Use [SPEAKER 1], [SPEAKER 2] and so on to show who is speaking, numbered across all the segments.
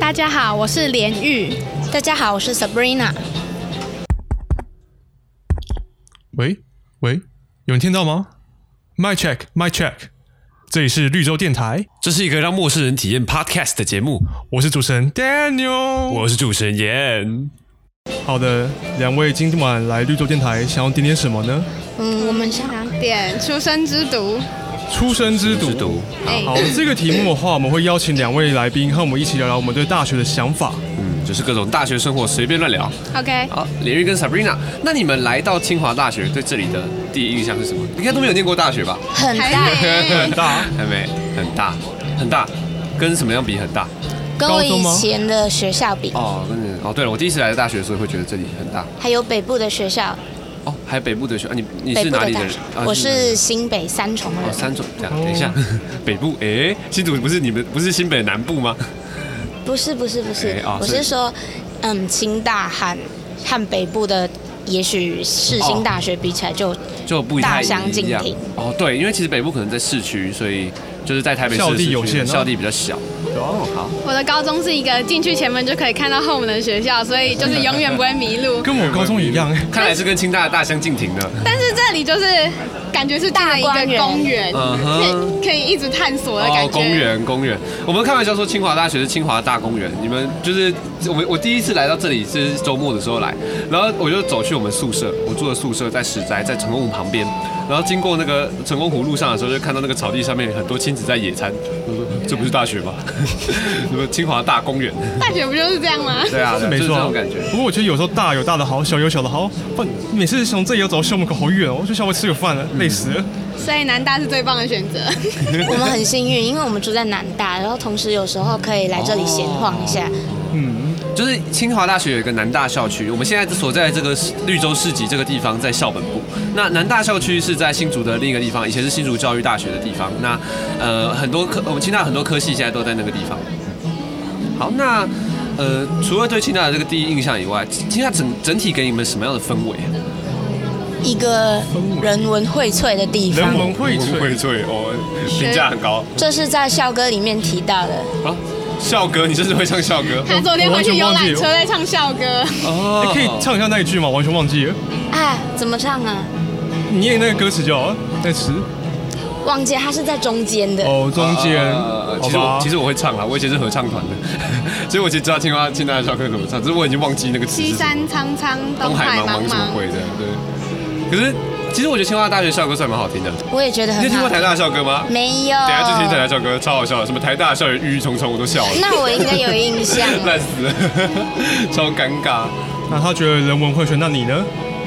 [SPEAKER 1] 大家好，我是连玉。
[SPEAKER 2] 大家好，我是 Sabrina。
[SPEAKER 3] 喂喂，有人听到吗？My check, my check，这里是绿洲电台，
[SPEAKER 4] 这是一个让陌生人体验 podcast 的节目，
[SPEAKER 3] 我是主持人 Daniel。
[SPEAKER 4] 我是主持人严。
[SPEAKER 3] 好的，两位今晚来绿洲电台想要点点什么呢？
[SPEAKER 2] 嗯，我们想
[SPEAKER 1] 点出生之毒，
[SPEAKER 3] 出生之毒。
[SPEAKER 4] 之毒
[SPEAKER 2] 哎
[SPEAKER 3] 好，这个题目的话，我们会邀请两位来宾和我们一起聊聊我们对大学的想法。
[SPEAKER 4] 嗯，就是各种大学生活随便乱聊。
[SPEAKER 1] OK，
[SPEAKER 4] 好，连玉跟 Sabrina，那你们来到清华大学，对这里的第一印象是什么？应该都没有念过大学吧？
[SPEAKER 2] 很大
[SPEAKER 1] 还， 没
[SPEAKER 3] 大
[SPEAKER 4] 还没，很大，很大，跟什么样比很大？
[SPEAKER 2] 跟我
[SPEAKER 3] 高中
[SPEAKER 2] 以
[SPEAKER 3] 吗
[SPEAKER 2] 前的学校比，
[SPEAKER 4] 哦，跟你哦，对了，我第一次来到大学的时候会觉得这里很大。
[SPEAKER 2] 还有北部的学校，
[SPEAKER 4] 哦，还有北部的学，啊、你你
[SPEAKER 2] 北
[SPEAKER 4] 是
[SPEAKER 2] 部
[SPEAKER 4] 哪
[SPEAKER 2] 的
[SPEAKER 4] 里的
[SPEAKER 2] 大
[SPEAKER 4] 人
[SPEAKER 2] 学？
[SPEAKER 4] 啊，
[SPEAKER 2] 我
[SPEAKER 4] 你哪里
[SPEAKER 2] 是新北三重
[SPEAKER 4] 哦，
[SPEAKER 2] 人。
[SPEAKER 4] 三种。等一下等一 下，北部诶，新竹不是你们不是新北南部吗？
[SPEAKER 2] 不是不是不是
[SPEAKER 4] 哎哦，
[SPEAKER 2] 我
[SPEAKER 4] 是
[SPEAKER 2] 是说，嗯，清大和和北部的，也许世新大学比起 来就
[SPEAKER 4] 就不太
[SPEAKER 2] 大相
[SPEAKER 4] 一
[SPEAKER 2] 径
[SPEAKER 4] 样
[SPEAKER 2] 庭。
[SPEAKER 4] 哦，对，因为其实北部可能在市区，所以就是在台北市
[SPEAKER 3] 校地
[SPEAKER 4] 市区
[SPEAKER 3] 有限啊
[SPEAKER 4] 校地比较小。哦，好，
[SPEAKER 1] 我的高中是一个进去前门就可以看到后门的学校，所以就是永远不会迷
[SPEAKER 4] 嗯
[SPEAKER 1] 路。
[SPEAKER 3] 跟我高中一样，
[SPEAKER 4] 看来是跟清大的大相径 庭呢。
[SPEAKER 1] 但是这里就是感觉是进了一
[SPEAKER 2] 大观
[SPEAKER 1] 个
[SPEAKER 2] 园
[SPEAKER 1] 公园，
[SPEAKER 4] 嗯
[SPEAKER 1] 可
[SPEAKER 4] 哼。
[SPEAKER 1] 以可以一直探索的感
[SPEAKER 4] 哦
[SPEAKER 1] 觉。，
[SPEAKER 4] 公园，公园。我们开玩笑说清华大学是清华大公园。你们就是我们，我第一次来到这里是周末的时候来，然后我就走去我们宿舍，我住的宿舍在石宅，在成功湖旁边。然后经过那个成功湖路上的时候，就看到那个草地上面很多亲子在野餐。我说这不是大学 吗？什么清华大公园？
[SPEAKER 1] 大学不就是这样吗？
[SPEAKER 4] 对啊，对啊
[SPEAKER 3] 没
[SPEAKER 4] 就是
[SPEAKER 3] 错
[SPEAKER 4] 这
[SPEAKER 3] 啊
[SPEAKER 4] 种感觉。。
[SPEAKER 3] 不过我觉得有时候大有大的好，小有小的好。不，每次从这里要走到校门口好远哦，我就想我吃个饭了，累死了。
[SPEAKER 4] 嗯
[SPEAKER 1] 所以南大是最棒的选择。
[SPEAKER 2] 我们很幸运，因为我们住在南大，然后同时有时候可以来这里闲晃一下。
[SPEAKER 4] 哦
[SPEAKER 3] 嗯，
[SPEAKER 4] 就是清华大学有一个南大校区，我们现在所在的这个绿洲市集这个地方在校本部。那南大校区是在新竹的另一个地方，以前是新竹教育大学的地方。那呃，很多科我们清大很多科系现在都在那个地方。好，那呃，除了对清大的这个第一印象以外，清大整整体给你们什么样的氛围啊？
[SPEAKER 2] 一个人文荟萃的地
[SPEAKER 3] 人
[SPEAKER 2] 方，
[SPEAKER 3] 文荟萃，
[SPEAKER 4] 萃哦，
[SPEAKER 1] 评价很
[SPEAKER 4] 高。
[SPEAKER 2] 这是在校歌里面提到的。
[SPEAKER 4] 啊，校歌，你真是会唱校 歌
[SPEAKER 1] 他昨天回去游览车在唱校歌，
[SPEAKER 4] 哦
[SPEAKER 3] 哎你可以唱一下那一句吗？我完全忘记了。
[SPEAKER 2] 啊，怎么唱啊？
[SPEAKER 3] 你念那个歌词就好了，那词
[SPEAKER 2] 忘记它是在中间的。
[SPEAKER 3] 哦，中间
[SPEAKER 4] 呃，
[SPEAKER 3] 好
[SPEAKER 4] 其实我
[SPEAKER 3] 吧，
[SPEAKER 4] 其实我会唱啦，我以前是合唱团的，所以我其实知道清华清大的校歌怎么唱，只是我已经忘记那个词是
[SPEAKER 1] 西
[SPEAKER 4] 什么。
[SPEAKER 1] 山苍苍，
[SPEAKER 4] 东海
[SPEAKER 1] 海
[SPEAKER 4] 茫
[SPEAKER 1] 茫
[SPEAKER 4] 茫什么鬼的，对。可是其实我觉得清华大学校歌算蛮好听的，
[SPEAKER 2] 我也觉得
[SPEAKER 4] 你有
[SPEAKER 2] 很
[SPEAKER 4] 听
[SPEAKER 2] 好
[SPEAKER 4] 过。台大校歌吗？
[SPEAKER 2] 没有。
[SPEAKER 4] 等一下去听台大校歌，超好笑的，什么台大校园郁郁葱葱，我都笑了，
[SPEAKER 2] 那我应该有 印象。
[SPEAKER 4] 烂死了，超尴尬。
[SPEAKER 3] 那他觉得人文荟萃，那你呢？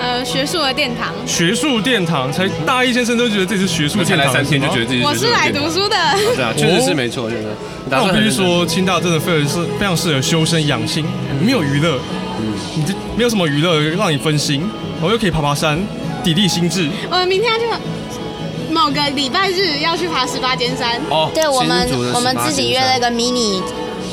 [SPEAKER 1] 呃，学术的殿堂。
[SPEAKER 3] 学术殿堂，才大一先生都觉得自己是学术
[SPEAKER 4] 我才
[SPEAKER 3] 殿
[SPEAKER 4] 来
[SPEAKER 3] 堂，
[SPEAKER 4] 三天就觉得
[SPEAKER 3] 得。
[SPEAKER 4] 自己
[SPEAKER 1] 我是来读，书的，
[SPEAKER 4] 对啊，确实是没错，确实。你打
[SPEAKER 3] 但我
[SPEAKER 4] 算
[SPEAKER 3] 必须
[SPEAKER 4] 很认真
[SPEAKER 3] 说，清大真的非常是非常适合修身养性，没有娱乐，
[SPEAKER 4] 嗯
[SPEAKER 3] 你这没有什么娱乐让你分心，然后又可以爬爬山，砥砺心智。
[SPEAKER 1] 我们明天要去某个礼拜日要去爬十八尖山，
[SPEAKER 4] 哦
[SPEAKER 2] 对我们
[SPEAKER 4] 新竹的，
[SPEAKER 2] 我们
[SPEAKER 4] 18
[SPEAKER 2] 自己约
[SPEAKER 4] 先
[SPEAKER 2] 了
[SPEAKER 4] 生
[SPEAKER 2] 一个迷你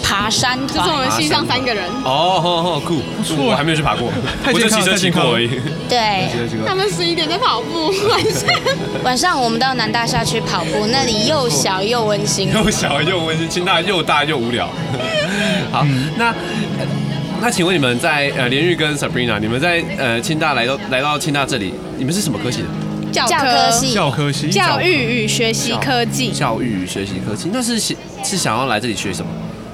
[SPEAKER 2] 爬山
[SPEAKER 1] 这是我
[SPEAKER 2] 团。
[SPEAKER 1] 们系上三个人，
[SPEAKER 4] 哦，好好酷，
[SPEAKER 3] 错
[SPEAKER 4] 我还没有去爬过，
[SPEAKER 3] 太
[SPEAKER 4] 我就
[SPEAKER 3] 健康了
[SPEAKER 4] 骑车
[SPEAKER 3] 太
[SPEAKER 4] 骑
[SPEAKER 3] 健康
[SPEAKER 4] 过
[SPEAKER 3] 了
[SPEAKER 4] 而已。
[SPEAKER 2] 对，
[SPEAKER 1] 他们十一点在跑步，晚上
[SPEAKER 2] 晚上我们到南大校区跑步，那里又小又温馨。
[SPEAKER 4] 又小又温馨，清大又大又无聊。 好，那呃那请问你们在呃连玉跟 Sabrina，你们在呃清大来到来到清大这里，你们是什么科系的？
[SPEAKER 1] 教
[SPEAKER 2] 教科系
[SPEAKER 3] 教科系，
[SPEAKER 1] 教育与学习科技，
[SPEAKER 4] 教育与学习科技。那是想是想要来这里学什么？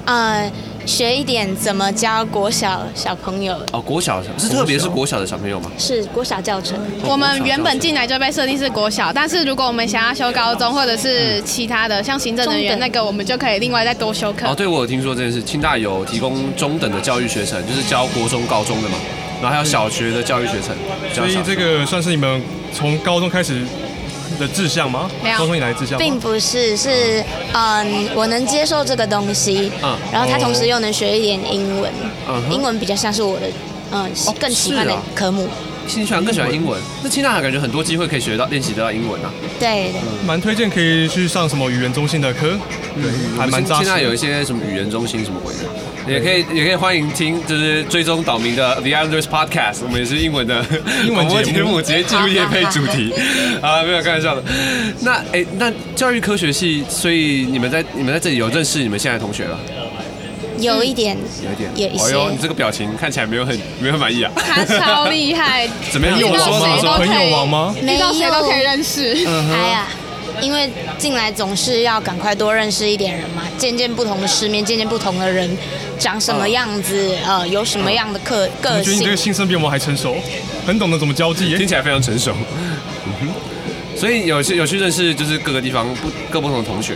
[SPEAKER 2] 呃，学一点怎么教国小小朋友，
[SPEAKER 4] 哦，国小是特别是国小的小朋友吗？
[SPEAKER 2] 是国小教程。
[SPEAKER 1] 我们原本进来就被设定是国小，但是如果我们想要修高中或者是其他的，像行政人员
[SPEAKER 2] 中等
[SPEAKER 1] 那个，我们就可以另外再多修课。
[SPEAKER 4] 哦，对，我有听说这件事。清大有提供中等的教育学程，就是教国中、高中的嘛，然后还有小学的教育学程。教
[SPEAKER 3] 所以
[SPEAKER 4] 小
[SPEAKER 3] 这个算是你们从高中开始的志向吗
[SPEAKER 1] 没？有
[SPEAKER 3] 高中以来的志向吗，
[SPEAKER 2] 并不是，是嗯，我能接受这个东西，
[SPEAKER 4] 嗯
[SPEAKER 2] 然后他同时又能学一点英文，
[SPEAKER 4] 嗯哼
[SPEAKER 2] 英文比较像是我的嗯
[SPEAKER 4] 哦
[SPEAKER 2] 更喜欢的
[SPEAKER 4] 是啊
[SPEAKER 2] 科目，
[SPEAKER 4] 新喜欢更喜欢英文。那清大感觉很多机会可以学到练习得到英文啊。
[SPEAKER 2] 对对，
[SPEAKER 3] 蛮推荐可以去上什么语言中心的课，对，还蛮扎实
[SPEAKER 4] 现在有
[SPEAKER 3] 的。
[SPEAKER 4] 一些什么语言中心什么鬼的，也可以也可以欢迎听，就是追踪岛民的 The Islanders Podcast，我们也是 英文的
[SPEAKER 3] 英文
[SPEAKER 4] 广播
[SPEAKER 3] 节目
[SPEAKER 4] 节目，直接进入夜配主 题。啊，没有开玩笑的。那哎、那教育科学系，所以你们在你们在这里有认识你们现在的同学了？
[SPEAKER 2] 有一点，
[SPEAKER 4] 有一点，
[SPEAKER 2] 有一些
[SPEAKER 4] 哎呦，你这个表情看起来没有很没有很满意啊？
[SPEAKER 1] 他超厉害，
[SPEAKER 4] 怎么样
[SPEAKER 1] 遇到
[SPEAKER 4] 有王吗
[SPEAKER 1] 谁都可以
[SPEAKER 3] 朋友王吗
[SPEAKER 1] 遇到谁都可以认识。
[SPEAKER 4] 嗯
[SPEAKER 2] 哎呀，因为进来总是要赶快多认识一点人嘛，见见不同的世面，见见不同的人长什么样子，
[SPEAKER 4] 嗯
[SPEAKER 2] 呃，有什么样的个
[SPEAKER 3] 我
[SPEAKER 2] 个
[SPEAKER 3] 觉得你这个
[SPEAKER 2] 性。
[SPEAKER 3] 新生比我们还成熟，很懂得怎么交际
[SPEAKER 4] 听
[SPEAKER 3] 耶。
[SPEAKER 4] 起来非常成熟。嗯哼所以有去有去认识，就是各个地方不各不同的同学，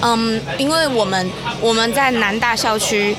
[SPEAKER 2] 嗯，因为我们我们在南大校区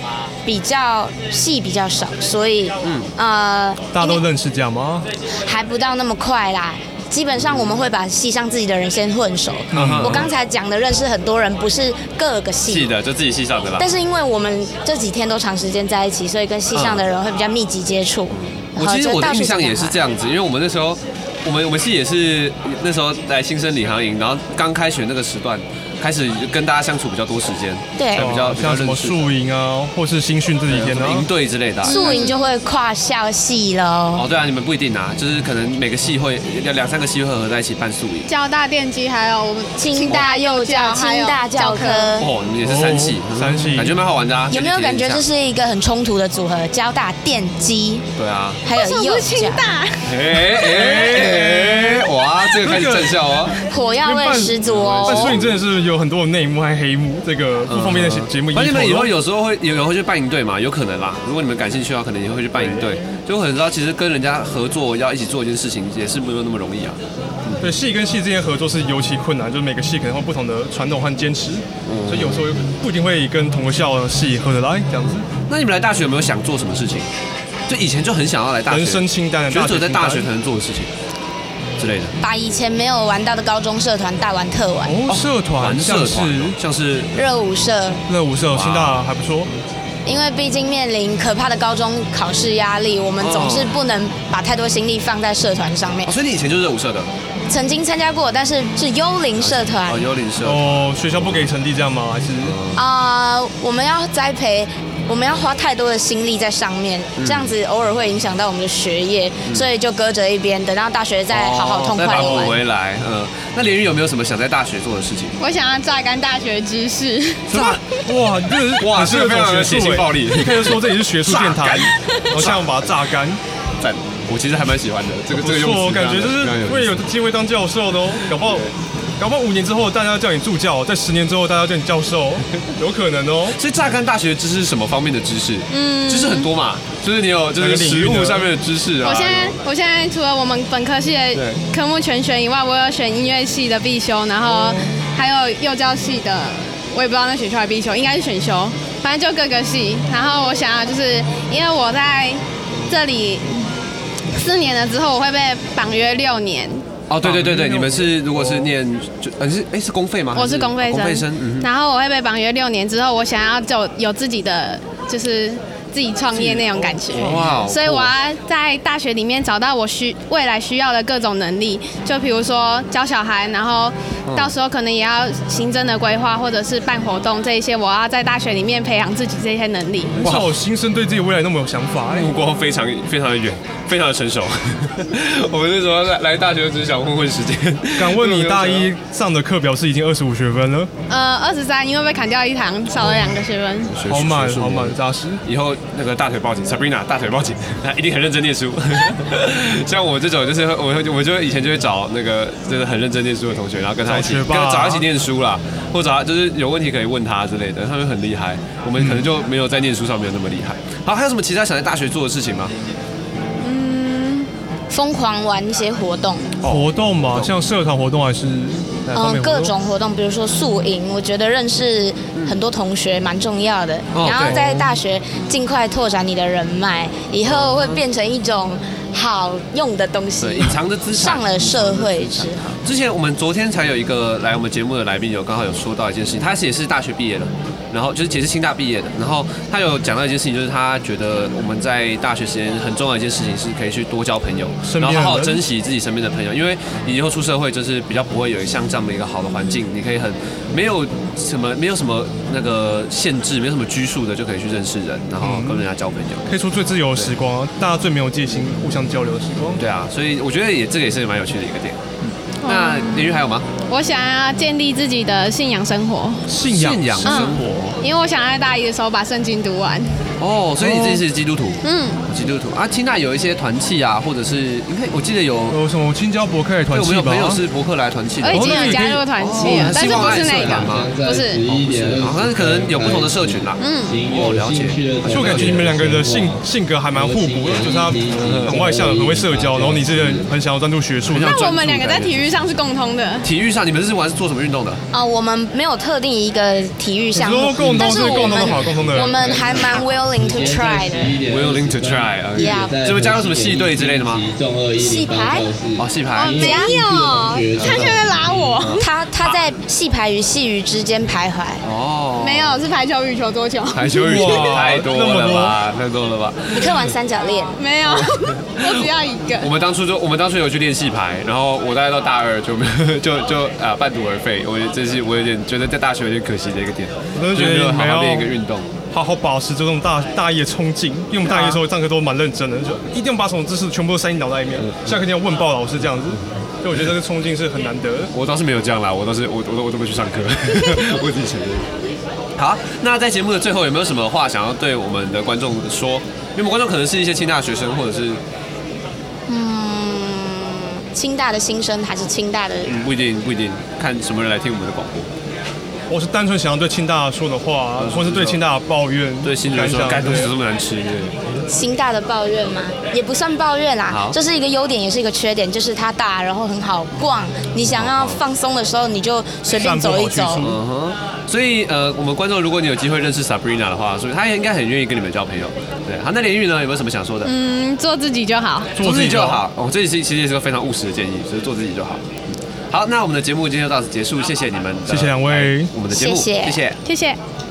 [SPEAKER 2] 比较戏比较少，所以
[SPEAKER 4] 嗯
[SPEAKER 2] 呃，
[SPEAKER 3] 大家都
[SPEAKER 2] 因为
[SPEAKER 3] 认识这样吗？
[SPEAKER 2] 还不到那么快啦。基本上我们会把系上自己的人先混熟。
[SPEAKER 4] 嗯哼
[SPEAKER 2] 我刚才讲的认识很多人，不是各个
[SPEAKER 4] 系
[SPEAKER 2] 系，
[SPEAKER 4] 的就自己系上的啦。
[SPEAKER 2] 但是因为我们这几天都长时间在一起，所以跟系上的人会比较密集接触。
[SPEAKER 4] 嗯我其实
[SPEAKER 2] 然后就
[SPEAKER 4] 我的
[SPEAKER 2] 到处
[SPEAKER 4] 印象
[SPEAKER 2] 讲
[SPEAKER 4] 也是
[SPEAKER 2] 话
[SPEAKER 4] 这样子，因为我们那时候，我们我们系也是那时候来新生领航营，然后刚开学那个时段，开始跟大家相处比较多时间，
[SPEAKER 2] 对
[SPEAKER 4] 才比较比较
[SPEAKER 3] 哦像什
[SPEAKER 4] 认
[SPEAKER 3] 么
[SPEAKER 4] 识
[SPEAKER 3] 宿营啊，或是新训这几天
[SPEAKER 4] 什么
[SPEAKER 3] 呢？
[SPEAKER 4] 营队之类的啊。
[SPEAKER 2] 宿营就会跨校系喽。
[SPEAKER 4] 哦，对啊，你们不一定啊，就是可能每个系会两两三个系会合在一起办宿营。
[SPEAKER 1] 交大电机，还有我们
[SPEAKER 2] 清大
[SPEAKER 1] 幼教还
[SPEAKER 2] 清
[SPEAKER 1] 有
[SPEAKER 2] 大教科，
[SPEAKER 4] 哦，你们也是三系，
[SPEAKER 3] 哦三系
[SPEAKER 4] 感觉蛮好玩的啊。
[SPEAKER 2] 有没有感觉
[SPEAKER 4] 就
[SPEAKER 2] 这是一个很冲突的组合？交大电机
[SPEAKER 4] 对啊，
[SPEAKER 2] 还
[SPEAKER 1] 为什
[SPEAKER 2] 有
[SPEAKER 1] 么不
[SPEAKER 2] 幼
[SPEAKER 1] 是清
[SPEAKER 2] 教，
[SPEAKER 1] 大？
[SPEAKER 4] 哎哎哎，哇，这个开始正效哦。
[SPEAKER 2] 火药味十足
[SPEAKER 3] 但哎所以
[SPEAKER 2] 哦。
[SPEAKER 3] 你真的是有很多的内幕和黑幕，这个不方便
[SPEAKER 4] 嗯
[SPEAKER 3] 在节目。
[SPEAKER 4] 那你们以后有时候会有有会去办营队嘛？有可能啦。如果你们感兴趣的话，可能也会去办营队，就可能知道其实跟人家合作要一起做一件事情，也是没有那么容易啊。
[SPEAKER 3] 对戏跟戏之间合作是尤其困难，就是每个戏可能会不同的传统和坚持，
[SPEAKER 4] 嗯
[SPEAKER 3] 所以有时候不一定会跟同个校的戏合得来这样子。
[SPEAKER 4] 那你们来大学有没有想做什么事情？就以前就很想要来大学，
[SPEAKER 3] 人生清单，
[SPEAKER 4] 学者在大学才
[SPEAKER 3] 城
[SPEAKER 4] 能做的事情之类的。
[SPEAKER 2] 把以前没有玩到的高中社团大玩特玩，
[SPEAKER 3] 哦，社团
[SPEAKER 4] 玩
[SPEAKER 3] 像
[SPEAKER 4] 社
[SPEAKER 3] 是
[SPEAKER 4] 团哦像是
[SPEAKER 2] 热舞社，
[SPEAKER 3] 热舞社，清大还不错。
[SPEAKER 2] 因为毕竟面临可怕的高中考试压力，我们
[SPEAKER 4] 嗯
[SPEAKER 2] 总是不能把太多心力放在社团上面
[SPEAKER 4] 哦，。所以你以前就是舞社的
[SPEAKER 2] 曾经参加过，但是是幽灵社团
[SPEAKER 4] 哦，幽灵社。
[SPEAKER 3] 哦，学校不给成绩这样吗？还是
[SPEAKER 2] 啊、我们要栽培，我们要花太多的心力在上面，这样子偶尔会影响到我们的学业，所以就搁着一边，等到大学再
[SPEAKER 4] 哦
[SPEAKER 2] 好好痛快
[SPEAKER 4] 再
[SPEAKER 2] 的
[SPEAKER 4] 把它补
[SPEAKER 2] 玩。
[SPEAKER 4] 回来。嗯，那连玉有没有什么想在大学做的事情？
[SPEAKER 1] 我想要榨干大学知识。
[SPEAKER 4] 哇
[SPEAKER 3] 哇，这个是
[SPEAKER 4] 哇
[SPEAKER 3] 很适合
[SPEAKER 4] 这个非常有
[SPEAKER 3] 学术
[SPEAKER 4] 血腥
[SPEAKER 3] 欸
[SPEAKER 4] 暴力
[SPEAKER 3] 一开始说这里是学术电
[SPEAKER 4] 榨
[SPEAKER 3] 台哦
[SPEAKER 4] 干，
[SPEAKER 3] 我想把它榨干，
[SPEAKER 4] 赞！我其实还蛮喜欢的 这个
[SPEAKER 3] 不
[SPEAKER 4] 这个用
[SPEAKER 3] 错，哦
[SPEAKER 4] 词非
[SPEAKER 3] 感
[SPEAKER 4] 常
[SPEAKER 3] 觉
[SPEAKER 4] 有，
[SPEAKER 3] 就是
[SPEAKER 4] 非常有意思
[SPEAKER 3] 会有机会当教授的哦，搞不好。搞不好五年之后大家叫你助教，在十年之后大家叫你教授，有可能 哦。
[SPEAKER 4] 所以榨干大学知识是什么方面的知识？嗯，知识很多嘛，就是你有就
[SPEAKER 3] 哪个
[SPEAKER 4] 是
[SPEAKER 3] 领
[SPEAKER 4] 实
[SPEAKER 3] 域呢
[SPEAKER 4] 物上面的知识啊。
[SPEAKER 1] 我现在我现在除了我们本科系的
[SPEAKER 4] 对
[SPEAKER 1] 科目全选以外，我有选音乐系的必修，然后还有幼教系的，我也不知道那选修还是必修，应该是选修，反正就各个系。然后我想要就是因为我在这里四年了之后，我会被绑约六年，
[SPEAKER 4] 哦，对对对对，你们是如果是念就呃你是哎是公费吗？
[SPEAKER 1] 我是
[SPEAKER 4] 还
[SPEAKER 1] 公费
[SPEAKER 4] 哦
[SPEAKER 1] 生，
[SPEAKER 4] 公费生，嗯哼。
[SPEAKER 1] 然后我会被绑约六年之后，我想要就有自己的就是自己创业那种感觉。
[SPEAKER 4] 哇哦
[SPEAKER 1] 所以我要在大学里面找到我需未来需要的各种能力，就比如说教小孩，然后到时候可能也要行政的规划或者是办活动这一些，我要在大学里面培养自己这些能力。
[SPEAKER 3] 很少有新生对自己未来那么有想法哎。
[SPEAKER 4] 目光非常非常的远，非常的成熟。 我们那时候来来大学只想混混时间。
[SPEAKER 3] 敢问 你
[SPEAKER 4] 啊
[SPEAKER 3] 大一上的课表是已经二十五学分了，
[SPEAKER 4] 嗯
[SPEAKER 1] 呃，二十三因为被砍掉一堂，少了两个学分。
[SPEAKER 4] 哦学术
[SPEAKER 3] 好满
[SPEAKER 4] 学术
[SPEAKER 3] 好满扎实。
[SPEAKER 4] 以后那个大腿报警，Sabrina 大腿报警， 她一定很认真念书。 像我这种就是会我会我就会以前就会找那个就是很认真念书的同学，然后跟他一起
[SPEAKER 3] 找学
[SPEAKER 4] 跟
[SPEAKER 3] 霸啊
[SPEAKER 4] 他找他一起念书啦，或者他就是有问题可以问他之类的，他们很厉害。我们可能就没有在念书上没有那么厉害。好，还有什么其他想在大学做的事情吗？
[SPEAKER 2] 嗯疯狂玩一些活动，
[SPEAKER 3] 活动嘛，
[SPEAKER 4] 哦动
[SPEAKER 3] 像社团活动还是哪方面活
[SPEAKER 2] 嗯、
[SPEAKER 3] 动
[SPEAKER 2] 各种活动，比如说宿营，我觉得认识很多同学蛮重要的。
[SPEAKER 4] 哦
[SPEAKER 2] 然后
[SPEAKER 4] 对
[SPEAKER 2] 在大学尽快拓展你的人脉，以后会变成一种好用的东
[SPEAKER 4] 对，
[SPEAKER 2] 西
[SPEAKER 4] 隐。藏的资产
[SPEAKER 2] 上。了社会之后，
[SPEAKER 4] 之前我们昨天才有一个来我们节目的来宾，有刚好有说到一件事情，他也是大学毕业的，然后就是也是清大毕业的，然后他有讲到一件事情，就是他觉得我们在大学时间很重要的一件事情是可以去多交朋友，
[SPEAKER 3] 身
[SPEAKER 4] 然
[SPEAKER 3] 边的
[SPEAKER 4] 后好好
[SPEAKER 3] 人
[SPEAKER 4] 珍惜自己身边的朋友，因为你以后出社会就是比较不会有一像这样的一个好的环境，你可以很没有什么没有什么那个限制，没有什么拘束的就可以去认识人，然后跟人家交朋友。
[SPEAKER 3] 可以说最自由的时光啊，大家最没有戒心，互相交流的时光。
[SPEAKER 4] 对啊，所以我觉得也这个也是蛮有趣的一个点。那林玉还有吗？
[SPEAKER 1] 我想要建立自己的信仰生活，
[SPEAKER 3] 信仰
[SPEAKER 4] 信仰
[SPEAKER 3] 生
[SPEAKER 1] 嗯
[SPEAKER 3] 活，
[SPEAKER 1] 因为我想在大一的时候把圣经读完。
[SPEAKER 4] 哦，所以你自己是基督徒，
[SPEAKER 1] 嗯，
[SPEAKER 4] 基督徒啊。缇娜有一些团契啊，或者是你看，我记得有，
[SPEAKER 3] 有什么青椒博客的
[SPEAKER 4] 对
[SPEAKER 3] 团
[SPEAKER 4] 我们
[SPEAKER 3] 契
[SPEAKER 4] 有
[SPEAKER 3] 吧
[SPEAKER 4] 朋？友是伯克莱团契的
[SPEAKER 1] 我，已经
[SPEAKER 3] 那
[SPEAKER 1] 有
[SPEAKER 3] 你可以
[SPEAKER 1] 加入团契了
[SPEAKER 4] 哦，
[SPEAKER 1] 但是不是那
[SPEAKER 4] 希望爱社团吗
[SPEAKER 1] 个，哦不是。
[SPEAKER 5] 一点
[SPEAKER 4] 啊，但是可能有不同的社群啦。
[SPEAKER 1] 嗯
[SPEAKER 4] 哦了解
[SPEAKER 3] 就我感觉你们两个的性性格还蛮互补的，就是他很外向，很会社交，然后你这个人很想要专注学术。那
[SPEAKER 4] 那要
[SPEAKER 1] 那我
[SPEAKER 4] 专注
[SPEAKER 1] 们两个
[SPEAKER 4] 感
[SPEAKER 1] 在
[SPEAKER 4] 觉
[SPEAKER 1] 体育上是共通的，
[SPEAKER 4] 体育上，你们是玩是做什么运动的？
[SPEAKER 2] 呃，我们没有特定一个体育项
[SPEAKER 3] 你
[SPEAKER 2] 目
[SPEAKER 3] 说共，同
[SPEAKER 2] 但是
[SPEAKER 3] 对
[SPEAKER 2] 我
[SPEAKER 3] 共同
[SPEAKER 2] 们
[SPEAKER 3] 的好共同的
[SPEAKER 2] 我们还蛮 willing to try 的。
[SPEAKER 4] Willing to try，呃
[SPEAKER 3] 啊
[SPEAKER 2] Yeah
[SPEAKER 4] 这边加入什么戏队之类的吗？
[SPEAKER 2] 戏牌
[SPEAKER 4] 哦，戏
[SPEAKER 1] 哦，
[SPEAKER 4] 牌。
[SPEAKER 1] 没有，哦他现在在拉我，
[SPEAKER 2] 他他在戏牌与戏鱼之间徘徊，
[SPEAKER 4] 哦，
[SPEAKER 1] 没有，是排球、羽球、桌球，
[SPEAKER 4] 排球羽 球
[SPEAKER 3] 哇
[SPEAKER 4] 太多
[SPEAKER 3] 那么
[SPEAKER 4] 了
[SPEAKER 3] 多
[SPEAKER 4] 吧，太多了吧。
[SPEAKER 2] 你可以玩三角恋。
[SPEAKER 1] 没有， 我只要一个
[SPEAKER 4] 我。们当初就我们当初有去练戏牌，然后我大概到大二就没有 就就啊、半途而废。我也这是我有点觉得在大学有点可惜的一个点，
[SPEAKER 3] 我都觉得
[SPEAKER 4] 就没有好
[SPEAKER 3] 没有
[SPEAKER 4] 好练一个运动。
[SPEAKER 3] 好好保持这种大大一的冲劲，因为我们
[SPEAKER 4] 啊
[SPEAKER 3] 大一的时候上课都蛮认真的，就一定要把什么知识全部都塞进脑袋里面，
[SPEAKER 4] 嗯
[SPEAKER 3] 下课一定要问爆老师这样子。所以我觉得这个冲劲是很难得的。
[SPEAKER 4] 我倒是没有这样啦，我倒是我我都我都没去上课， 我自己承认。好，那在节目的最后有没有什么话想要对我们的观众说？因为我们观众可能是一些清大学生，或者是
[SPEAKER 2] 嗯，清大的新生还是清大的
[SPEAKER 4] 嗯不一定不一定看什么人来听我们的广播。
[SPEAKER 3] 我是单纯想要对清大说的话，啊或是对清大的抱怨、
[SPEAKER 4] 对新
[SPEAKER 3] 感
[SPEAKER 4] 人说，
[SPEAKER 3] 想。
[SPEAKER 4] 干东西
[SPEAKER 3] 对
[SPEAKER 4] 这么难吃，对
[SPEAKER 2] 清大的抱怨吗？也不算抱怨啦
[SPEAKER 4] 好，
[SPEAKER 2] 这是一个优点，也是一个缺点，就是它大，然后很好逛。你想要放松的时候，你就随便走一
[SPEAKER 3] 散步好
[SPEAKER 2] 走
[SPEAKER 3] 去。处
[SPEAKER 4] 嗯哼。所以呃，我们观众，如果你有机会认识 Sabrina 的话，所以她也应该很愿意跟你们交朋友。对，好，那连玉呢，有没有什么想说的？
[SPEAKER 1] 嗯，做自己就好。
[SPEAKER 4] 做自己就好。哦，这也是其实也是个非常务实的建议，就是做自己就好。嗯好，那我们的节目今天就到此结束，谢谢你们
[SPEAKER 3] 谢
[SPEAKER 4] 的，
[SPEAKER 3] 谢两位
[SPEAKER 4] 我们的节目，
[SPEAKER 2] 谢谢
[SPEAKER 4] 谢谢
[SPEAKER 1] 谢谢。